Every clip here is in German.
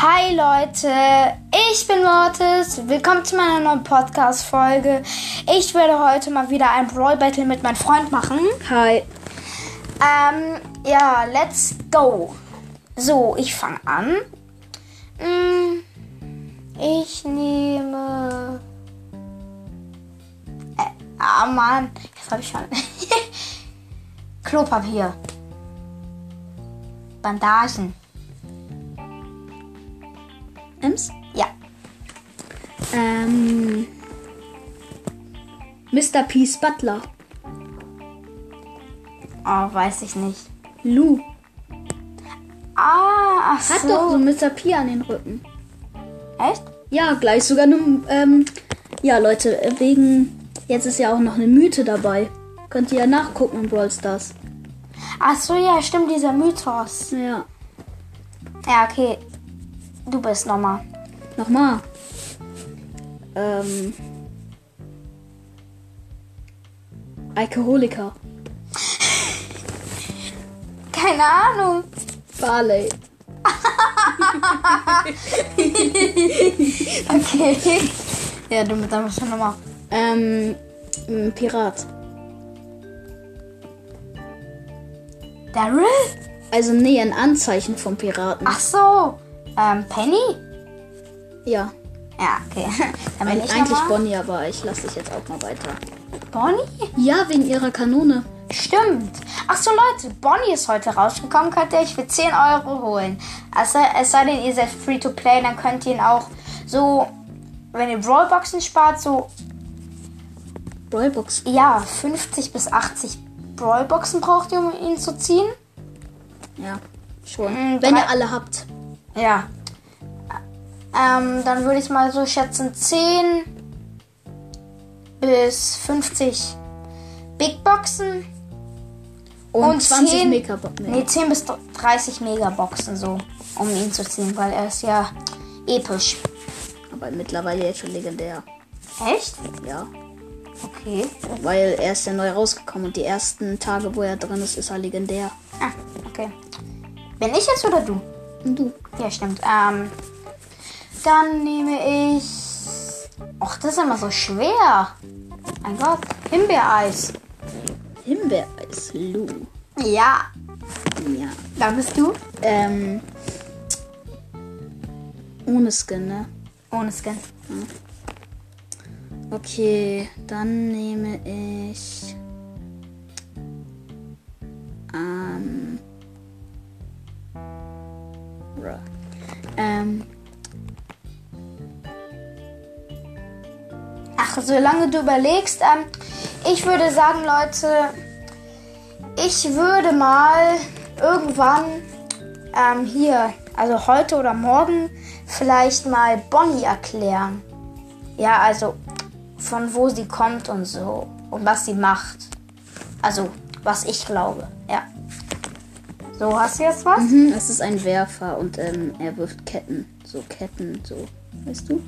Hi Leute, ich bin Mortis. Willkommen zu meiner neuen Podcast-Folge. Ich werde heute mal wieder ein Brawl Battle mit meinem Freund machen. Hi. Ähm, ja, let's go. So, ich fange an. Mm, Ich nehme. Äh, ah, Mann. Jetzt habe ich schon. Klopapier. Bandagen. Ems? Ja. Ähm. Mr. Peace Butler. Oh, weiß ich nicht. Lou. Ah, ach Hat so. doch so Mr. P an den Rücken. Echt? Ja, gleich sogar eine. Ähm, ja, Leute, äh, wegen. Jetzt ist ja auch noch eine Mythe dabei. Könnt ihr ja nachgucken in Brawl Stars. Ach so, ja, stimmt, dieser Mythos. Ja. Ja, okay. Du bist nochmal. Nochmal. Ähm. Alkoholiker. Keine Ahnung. Barley. Okay. ja, du bist einfach schon nochmal. Ähm. ein Pirat. Daryl? Also, nee, ein Anzeichen vom Piraten. Ach so. Ähm, Penny? Ja. Ja, okay. Dann bin Eig ich eigentlich nochmal. Bonnie, aber ich lasse dich jetzt auch mal weiter. Bonnie? Ja, wegen ihrer Kanone. Stimmt. Ach so, Leute, Bonnie ist heute rausgekommen. Könnt ihr euch für 10 Euro holen. Also, es sei denn, ihr seid free to play, dann könnt ihr ihn auch so, wenn ihr Brawlboxen spart, so Rollbox. ja, 50 bis 80 Brawlboxen braucht ihr, um ihn zu ziehen. Ja, schon. Mm, Wenn drei- ihr alle habt. Ja. Ähm, dann würde ich mal so schätzen 10 bis 50 Big Boxen. Und, Und 20 zehn- Mega. Ne, 10 bis 30 Megaboxen so, um ihn zu ziehen, weil er ist ja episch. Aber mittlerweile jetzt schon legendär. Echt? Ja. Okay. Weil er ist ja neu rausgekommen und die ersten Tage, wo er drin ist, ist er legendär. Ah, okay. Bin ich jetzt oder du? Und du? Ja, stimmt. Ähm, dann nehme ich. Och, das ist immer so schwer. Mein Gott. Himbeereis. Himbeereis. Lou. Ja, Ja. da bist du. Ähm. Ohne Skin, ne? Ohne Skin. Okay, dann nehme ich. Ähm. Bruh. Ähm, Ach, solange du überlegst, ähm, ich würde sagen, Leute, ich würde mal irgendwann ähm, hier, also heute oder morgen, vielleicht mal Bonnie erklären. Ja, also von wo sie kommt und so und was sie macht. Also, was ich glaube, ja. So, hast du jetzt was? mhm, es ist ein Werfer und ähm, er wirft Ketten. So Ketten, so. Weißt du?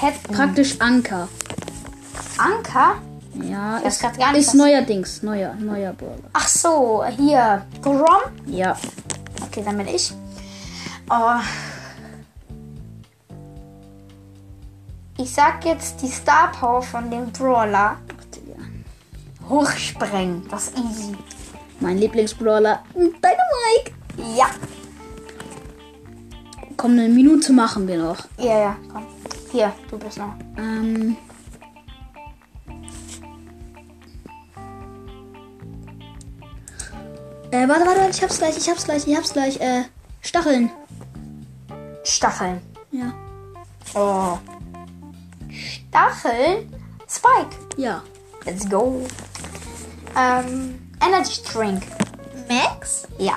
Ketten. Praktisch Anker. Anker? Ja, weiß ist, grad gar nicht, ist was- neuerdings. Neuer, neuer Brawler. Ach so, hier. Grom? Ja. Okay, dann bin ich. Oh. Ich sag jetzt die Star Power von dem Brawler. Ach, Digga. Hochsprengen. Das ist easy. Mein Lieblingsbrawler. Dynamite. Ja. Komm, eine Minute machen wir noch. Ja, ja, komm. Hier, du bist noch. Ähm. Äh, warte, warte, warte, ich hab's gleich, ich hab's gleich, ich hab's gleich. Äh, Stacheln. Stacheln. Ja. Oh. Stacheln? Spike. Ja. Let's go. Ähm, Energy Drink. Max? Ja.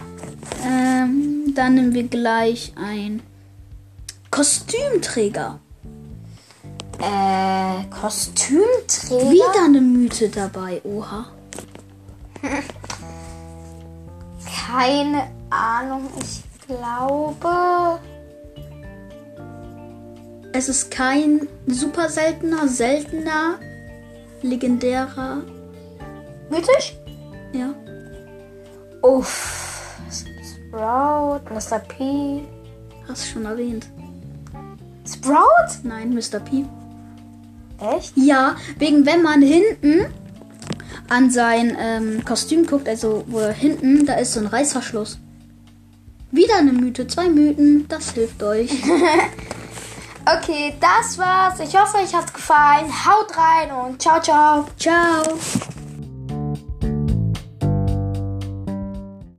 Ähm, dann nehmen wir gleich ein Kostümträger. Äh, Kostümträger. Wieder eine Mythe dabei, oha. Keine Ahnung. Ich glaube. Es ist kein super seltener, seltener, legendärer. Mythisch? Ja. Uff. Sprout, Mr. P. Hast du schon erwähnt? Sprout? Nein, Mr. P. Echt? Ja, wegen wenn man hinten an sein ähm, Kostüm guckt, also wo er hinten, da ist so ein Reißverschluss. Wieder eine Mythe, zwei Mythen, das hilft euch. Okay, das war's. Ich hoffe, euch hat's gefallen. Haut rein und ciao, ciao. Ciao.